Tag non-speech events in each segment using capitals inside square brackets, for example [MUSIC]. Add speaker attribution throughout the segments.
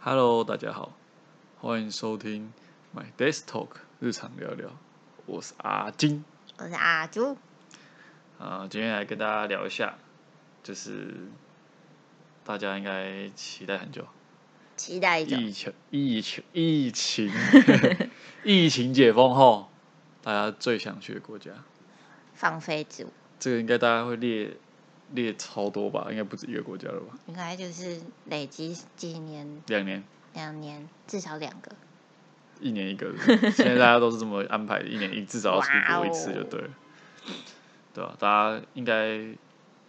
Speaker 1: Hello，大家好，欢迎收听 My Desk Talk 日常聊聊，我是阿金
Speaker 2: 我是阿朱，
Speaker 1: 啊、今天来跟大家聊一下，就是大家应该期待很久，
Speaker 2: 期待已久，
Speaker 1: 疫情疫情疫情 [LAUGHS] 疫情解封后，大家最想去的国家，
Speaker 2: 放飞自我，
Speaker 1: 这个应该大家会列列超多吧，应该不止一个国家了吧，
Speaker 2: 应该就是累积几年，
Speaker 1: 两年
Speaker 2: 两年至少两个。
Speaker 1: 一年一个，现在大家都是这么安排，一年一至少要出国一次就对了，
Speaker 2: 哦
Speaker 1: 对吧、啊大家应该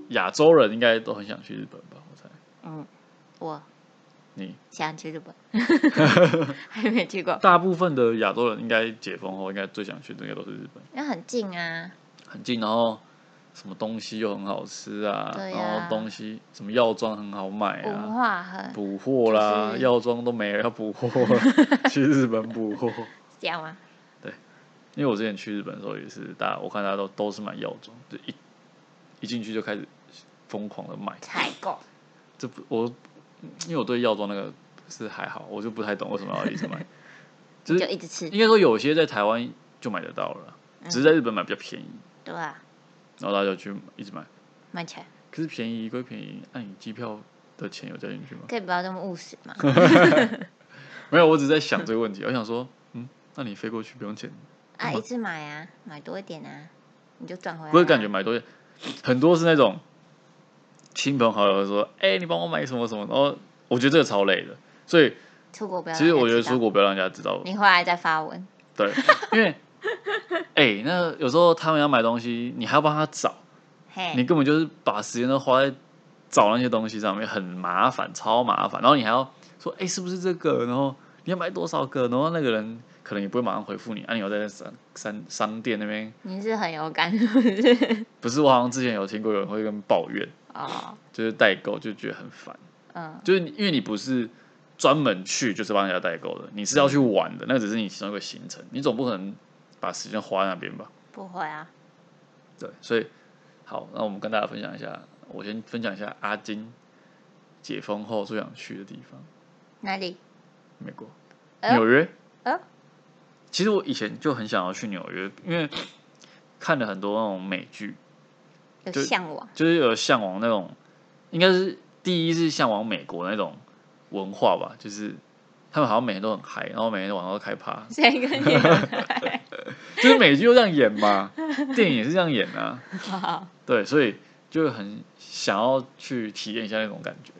Speaker 1: 亚洲人应该都很想去日本吧？我猜
Speaker 2: 嗯，我
Speaker 1: 你
Speaker 2: 想去
Speaker 1: [LAUGHS]
Speaker 2: 日本， [LAUGHS] 还没去过，
Speaker 1: 大部分的亚洲人应该解封后应该最想去的应该都是日本，
Speaker 2: 因为很近啊。
Speaker 1: 很近，然后什么东西又很好吃啊，
Speaker 2: 对呀
Speaker 1: 然后东西什么药妆很好买
Speaker 2: 文
Speaker 1: 啊，
Speaker 2: 化很
Speaker 1: 补货啦，
Speaker 2: 就是
Speaker 1: 药妆都没了要补
Speaker 2: [LAUGHS]
Speaker 1: 货了，去日本补货。
Speaker 2: 这样啊吗？
Speaker 1: 因为我之前去日本的时候也是，大家我看大家都都是买药妆，就一一进去就开始疯狂的买。
Speaker 2: 采购，
Speaker 1: 这不我因为我对药妆那个是还好，我就不太懂为什么要一直买。就
Speaker 2: 你就是一直吃，
Speaker 1: 应该说有些在台湾就买得到了，只是在日本买比较便宜，
Speaker 2: 对啊，
Speaker 1: 然后大家就去一直买。
Speaker 2: 买起来
Speaker 1: 可是便宜归便宜，那你机票的钱有加进去吗？
Speaker 2: 可以不要这么务实
Speaker 1: [LAUGHS]
Speaker 2: 嘛。
Speaker 1: 没有，我只是在想这个问题。我想说，嗯，那你飞过去不用钱，
Speaker 2: 啊，
Speaker 1: 嗯
Speaker 2: 一次买啊，买多一点啊，你就赚回来、啊。
Speaker 1: 我也感觉买东西很多是那种亲朋好友说，哎、你帮我买什么什么，然后我觉得这个超累的，所以
Speaker 2: 出国不要。
Speaker 1: 其实我觉得出，国不要让人家知道，
Speaker 2: 你回来再发文，
Speaker 1: 对，因为哎、那有时候他们要买东西，你还要帮他找，你
Speaker 2: 嘿，
Speaker 1: 根本就是把时间都花在找那些东西上面，很麻烦，超麻烦，然后你还要说，哎、是不是这个？然后你要买多少个？然后那个人可能也不会马上回复你，啊，你要在那商商商店那边，
Speaker 2: 你是很有感，是不是？ [LAUGHS]
Speaker 1: 不是我好像之前有听过有人会跟抱怨。
Speaker 2: 哦，
Speaker 1: 就是代购就觉得很烦，
Speaker 2: 嗯，
Speaker 1: 就是你因为你不是专门去就是帮人家代购的，你是要去玩的，那个只是你其中一个行程，你总不可能把时间花在那边吧？
Speaker 2: 不会啊，
Speaker 1: 对，所以好，那我们跟大家分享一下，我先分享一下阿金解封后最想去的地方
Speaker 2: 哪里？
Speaker 1: ——美国
Speaker 2: 哎呦
Speaker 1: 纽约。
Speaker 2: 哎呦
Speaker 1: 其实我以前就很想要去纽约，因为看了很多那种美剧，
Speaker 2: 有
Speaker 1: 就
Speaker 2: 向往， [LAUGHS]
Speaker 1: 就是有向往那种，应该是第一是向往美国那种文化吧，就是他们好像每天都很嗨，然后每天晚上都开趴，
Speaker 2: 谁跟你
Speaker 1: [LAUGHS]
Speaker 2: 有来
Speaker 1: 就是美剧就这样演嘛，电影也是这样演啊，
Speaker 2: 好
Speaker 1: 对，所以就很想要去体验一下那种感觉，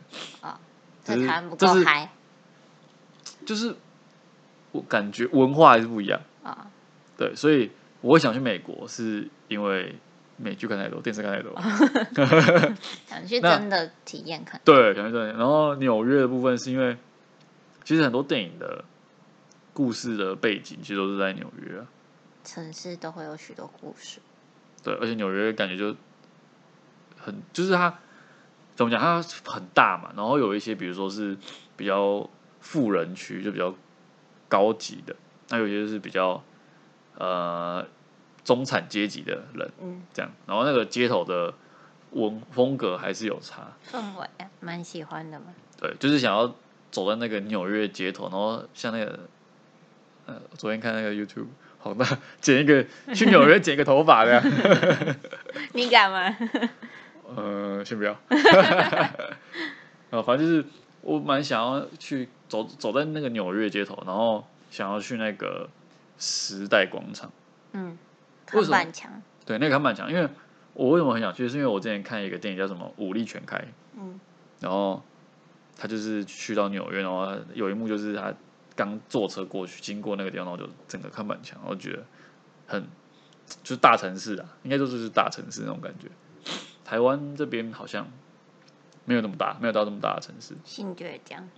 Speaker 2: 啊，
Speaker 1: 只
Speaker 2: 这
Speaker 1: 是
Speaker 2: 台湾不
Speaker 1: 这
Speaker 2: 够
Speaker 1: 是
Speaker 2: 嗨
Speaker 1: 就是我感觉文化还是不一样，
Speaker 2: 啊，
Speaker 1: 对，所以我会想去美国是因为美剧看太多，电视看太多，
Speaker 2: 想去
Speaker 1: 那
Speaker 2: 真的体验看，
Speaker 1: 对，想去这里。然后纽约的部分是因为，其实很多电影的故事的背景其实都是在纽约、啊，
Speaker 2: 城市都会有许多故事，
Speaker 1: 对，而且纽约感觉就很，就是它怎么讲，它很大嘛，然后有一些比如说是比较富人区，就比较高级的，那有些是比较呃中产阶级的人
Speaker 2: 嗯，
Speaker 1: 这样，然后那个街头的文风格还是有差，
Speaker 2: 氛围啊蛮喜欢的嘛，
Speaker 1: 对，就是想要走在那个纽约街头，然后像那个，呃，昨天看那个 YouTube，好那剪一个去纽约剪一个头发的，
Speaker 2: [LAUGHS] 你敢吗？
Speaker 1: [LAUGHS] 呃，先不要， [LAUGHS] 呃，反正就是我蛮想要去走走在那个纽约街头，然后想要去那个时代广场，
Speaker 2: 嗯，
Speaker 1: 为
Speaker 2: 看
Speaker 1: 什么
Speaker 2: 板墙，
Speaker 1: 对，那个还蛮强，因为我为什么很想去，是因为我之前看一个电影叫什么《武力全开》，
Speaker 2: 嗯，
Speaker 1: 然后他就是去到纽约，然后有一幕就是他刚坐车过去，经过那个地方，然后就整个看板墙，然后觉得很就是大城市啊，应该说就是大城市那种感觉。台湾这边好像没有那么大，没有到那么大的城市，
Speaker 2: 性倔强，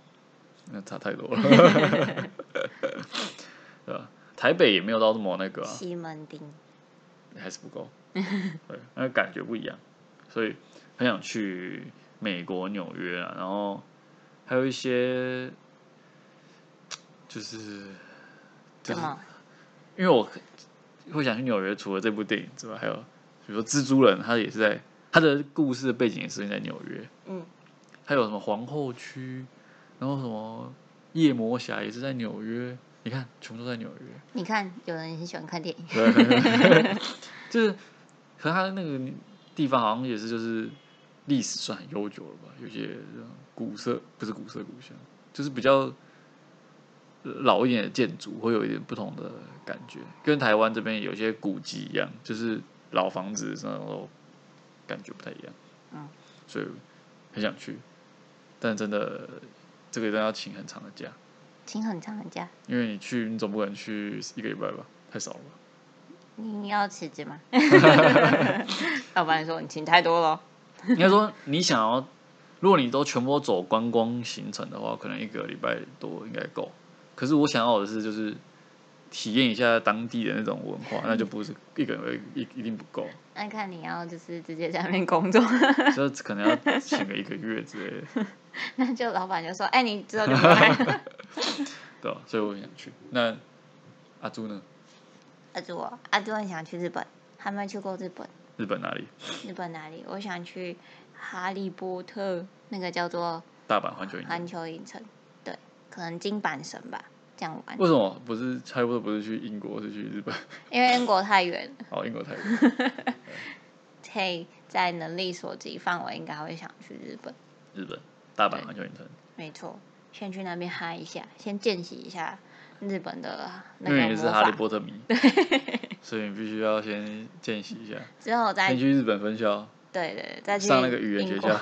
Speaker 1: 那差太多了， [LAUGHS] 对吧？台北也没有到那么那个、啊，
Speaker 2: 西门町，
Speaker 1: 还是不够，对，那个感觉不一样，所以很想去美国纽约啊，然后还有一些就是，就
Speaker 2: 怎
Speaker 1: 是
Speaker 2: 么？
Speaker 1: 因为我会想去纽约，除了这部电影之外，还有比如说蜘蛛人，他也是在他的故事的背景也是在纽约，
Speaker 2: 嗯，
Speaker 1: 还有什么皇后区，然后什么夜魔侠也是在纽约，你看，全部都在纽约。
Speaker 2: 你看，有人很喜欢看电影，
Speaker 1: 对， [LAUGHS] 就是，可是它那个地方好像也是就是历史算很悠久了吧，有些古色不是古色古香，就是比较呃老一点的建筑会有一点不同的感觉，跟台湾这边有些古迹一样，就是老房子那种感觉不太一样。
Speaker 2: 嗯，
Speaker 1: 所以很想去，但真的这个真的要请很长的假，
Speaker 2: 请很长的假。
Speaker 1: 因为你去你总不可能去一个礼拜吧，太少了吧。
Speaker 2: 你要辞职
Speaker 1: [LAUGHS]
Speaker 2: 吗？老板说你请太多了。
Speaker 1: [LAUGHS] 应该说，你想要，如果你都全部都走观光行程的话，可能一个礼拜多应该够。可是我想要的是，就是体验一下当地的那种文化，那就不是一个人一一定不够，
Speaker 2: 那看你要就是直接在那边工作， [LAUGHS]
Speaker 1: 这可能要请个一个月之类的，
Speaker 2: 那就老板就说：“哎、你之后就不来了。
Speaker 1: 对吧？所以我很想去。那阿朱呢？”
Speaker 2: 阿朱哦，阿朱很想去日本，还没去过日本。
Speaker 1: 日本哪里？
Speaker 2: 日本哪里？我想去哈利波特那个叫做
Speaker 1: 大阪环球影
Speaker 2: 环
Speaker 1: 城。
Speaker 2: 球影城，对，可能金板神吧，这样玩。
Speaker 1: 为什么不是哈利波特？不是去英国，是去日本？
Speaker 2: 因为英国太远了，
Speaker 1: 哦，英国太远。
Speaker 2: 可以在能力所及范围，应该会想去日本。
Speaker 1: 日本大阪环球影城，
Speaker 2: 没错，先去那边嗨一下，先见习一下日本的那
Speaker 1: 因为
Speaker 2: 个
Speaker 1: 你
Speaker 2: 魔
Speaker 1: 是哈利
Speaker 2: 法，
Speaker 1: 波特迷，所以你必须要先见习一下。
Speaker 2: 之后再
Speaker 1: 先
Speaker 2: 对
Speaker 1: 去日本分校，
Speaker 2: 对对，再去
Speaker 1: 上那个语言
Speaker 2: 英
Speaker 1: 学
Speaker 2: 国 [LAUGHS]
Speaker 1: 校，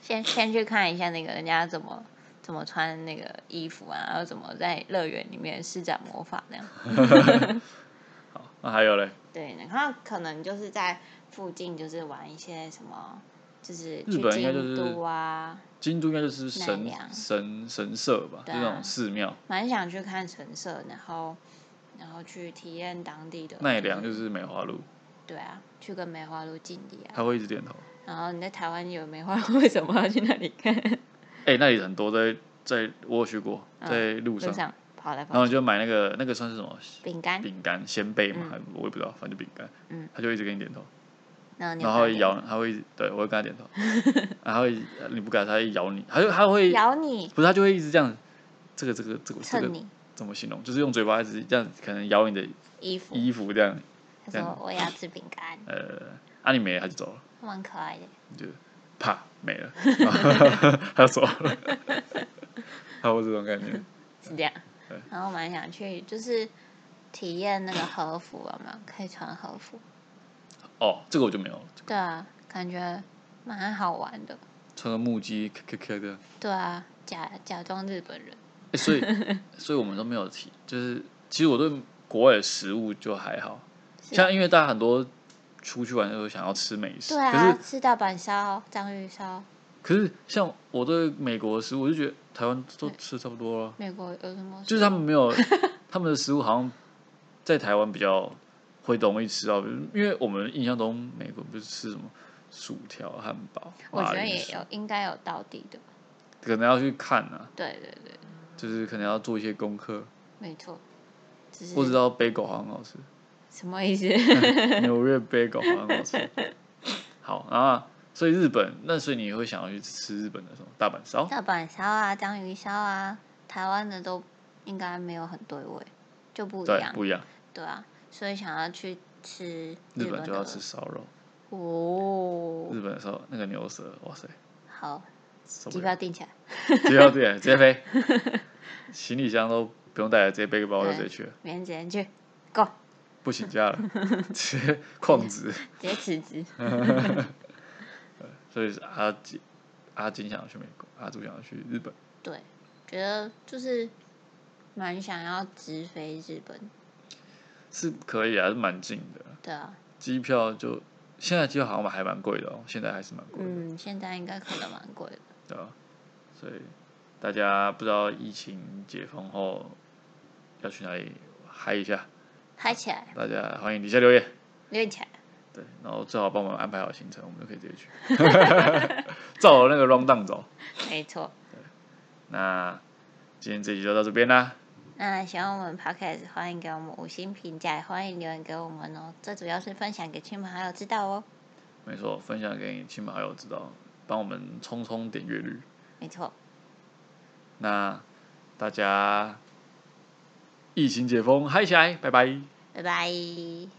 Speaker 2: 先先去看一下那个人家怎么怎么穿那个衣服啊，然后怎么在乐园里面施展魔法那样。
Speaker 1: 那还有嘞，
Speaker 2: 对，然后可能就是在附近就是玩一些什么，就是
Speaker 1: 日
Speaker 2: 去
Speaker 1: 本应该就是
Speaker 2: 京都啊，
Speaker 1: 京都应该就是神
Speaker 2: 奈良
Speaker 1: 神神社吧，就
Speaker 2: 对啊
Speaker 1: 那种寺庙。
Speaker 2: 蛮想去看神社，然后然后去体验当地的
Speaker 1: 奈良就是梅花鹿，
Speaker 2: 对啊，去跟梅花鹿敬礼啊。
Speaker 1: 它会一直点头。
Speaker 2: 然后你在台湾有梅花鹿，为什么要去那里看？
Speaker 1: 哎、那里很多在在我有去过，
Speaker 2: 嗯
Speaker 1: 在路上，
Speaker 2: 路上跑来
Speaker 1: 然
Speaker 2: 跑
Speaker 1: 后
Speaker 2: 去，
Speaker 1: 就买那个那个算是什么
Speaker 2: 饼干，
Speaker 1: 饼干鲜贝嘛，
Speaker 2: 嗯
Speaker 1: 还我也不知道，反正就饼干。
Speaker 2: 嗯
Speaker 1: 他就一直给你点头，
Speaker 2: 然后你有
Speaker 1: 然后
Speaker 2: 看
Speaker 1: 会
Speaker 2: 见
Speaker 1: 咬，他会一直对我会跟他点
Speaker 2: [LAUGHS]
Speaker 1: 头，然后会呃你不敢，他会咬你，他就他会
Speaker 2: 咬你，
Speaker 1: 不是他就会一直这样，这个这个这个这
Speaker 2: 蹭
Speaker 1: 个
Speaker 2: 你
Speaker 1: 怎么形容？就是用嘴巴一直这样，可能咬你的
Speaker 2: 衣服。
Speaker 1: 衣服这样，
Speaker 2: 他
Speaker 1: 这
Speaker 2: 说
Speaker 1: 样
Speaker 2: 我要吃饼干，
Speaker 1: 呃，啊你没了他就走了，
Speaker 2: 蛮可爱的。
Speaker 1: 你就啪没
Speaker 2: [LAUGHS]
Speaker 1: 了，他就走了，差不多这种概念。
Speaker 2: 是这样
Speaker 1: 对。
Speaker 2: 然后蛮想去，就是体验那个和服了嘛，可以穿和服。
Speaker 1: 哦，这个我就没有了，
Speaker 2: 对啊，感觉蛮好玩的。
Speaker 1: 穿个木屐咔咔咔的，
Speaker 2: 对啊，假假装日本人。
Speaker 1: 诶所
Speaker 2: [LAUGHS]
Speaker 1: 以所以我们都没有提，就是其实我对国外的食物就还好，
Speaker 2: 是啊
Speaker 1: 像因为大家很多出去玩的时候想要吃美食，
Speaker 2: 对
Speaker 1: 可
Speaker 2: 啊，
Speaker 1: 是
Speaker 2: 吃大阪烧、章鱼烧，
Speaker 1: 可是像我对美国的食物，我就觉得台湾都吃差不多啊了。
Speaker 2: 美国有什么？
Speaker 1: 就是他们没有 [LAUGHS] 他们的食物，好像在台湾比较会容易吃到，因为我们印象中美国不是吃什么薯条、汉堡、
Speaker 2: 我觉
Speaker 1: 马
Speaker 2: 得
Speaker 1: 铃
Speaker 2: 也
Speaker 1: 薯
Speaker 2: 有，应该有到底的吧。
Speaker 1: 可能要去看啊，
Speaker 2: 对对对，
Speaker 1: 就是可能要做一些功
Speaker 2: [LAUGHS]
Speaker 1: 课。
Speaker 2: 没错。只
Speaker 1: 我知
Speaker 2: 是
Speaker 1: 道 bagel 好像很好吃，
Speaker 2: 什么意思？
Speaker 1: [LAUGHS] 纽约 bagel 好像很好吃。 [LAUGHS] 好啊，所以日本，那所以你会想要去吃日本的什么大阪烧？
Speaker 2: 大阪烧啊，章鱼烧啊，台湾的都应该没有很对味，就不一
Speaker 1: 对，
Speaker 2: 样。
Speaker 1: 不一样，
Speaker 2: 对啊，所以想要去吃
Speaker 1: 日
Speaker 2: 本
Speaker 1: 本
Speaker 2: 的
Speaker 1: 就要吃烧肉，
Speaker 2: 哦
Speaker 1: 日。本的烧那个牛舌，哇塞，
Speaker 2: 好，
Speaker 1: 受不
Speaker 2: 机
Speaker 1: 了
Speaker 2: 票订起来。
Speaker 1: 直接对，直接飞，行李箱都不用带了，直接背个包就直接去了，
Speaker 2: 明天直接去，Go，
Speaker 1: 不请假了，直接旷职。
Speaker 2: 直接辞
Speaker 1: [LAUGHS]
Speaker 2: 职。
Speaker 1: 所以是阿金，阿金想要去美国，阿朱想要去日本，
Speaker 2: 对，觉得就是蛮想要直飞日本。
Speaker 1: 是可以啊，是蛮近的。
Speaker 2: 对啊，机
Speaker 1: 机票就现在机票好像还蛮贵的哦，现在还是蛮贵的，
Speaker 2: 嗯，现在应该可能蛮贵的。
Speaker 1: 对吧、所以大家不知道疫情解封后要去哪里嗨一下，
Speaker 2: 嗨起来，
Speaker 1: 大家欢迎底下留言。
Speaker 2: 留言起来。
Speaker 1: 对，然后最好帮我们安排好行程，我们就可以直接去， [LAUGHS] 照那个 round down 走。
Speaker 2: 没错。
Speaker 1: 那今天这集就到这边啦，
Speaker 2: 那喜欢我们 podcast，欢迎给我们五星评价，也欢迎留言给我们哦。最主要是分享给亲朋好友知道哦。
Speaker 1: 没错，分享给你亲朋好友知道，帮我们冲冲点阅率。
Speaker 2: 没错，
Speaker 1: 那大家疫情解封嗨起来，拜拜。
Speaker 2: 拜拜。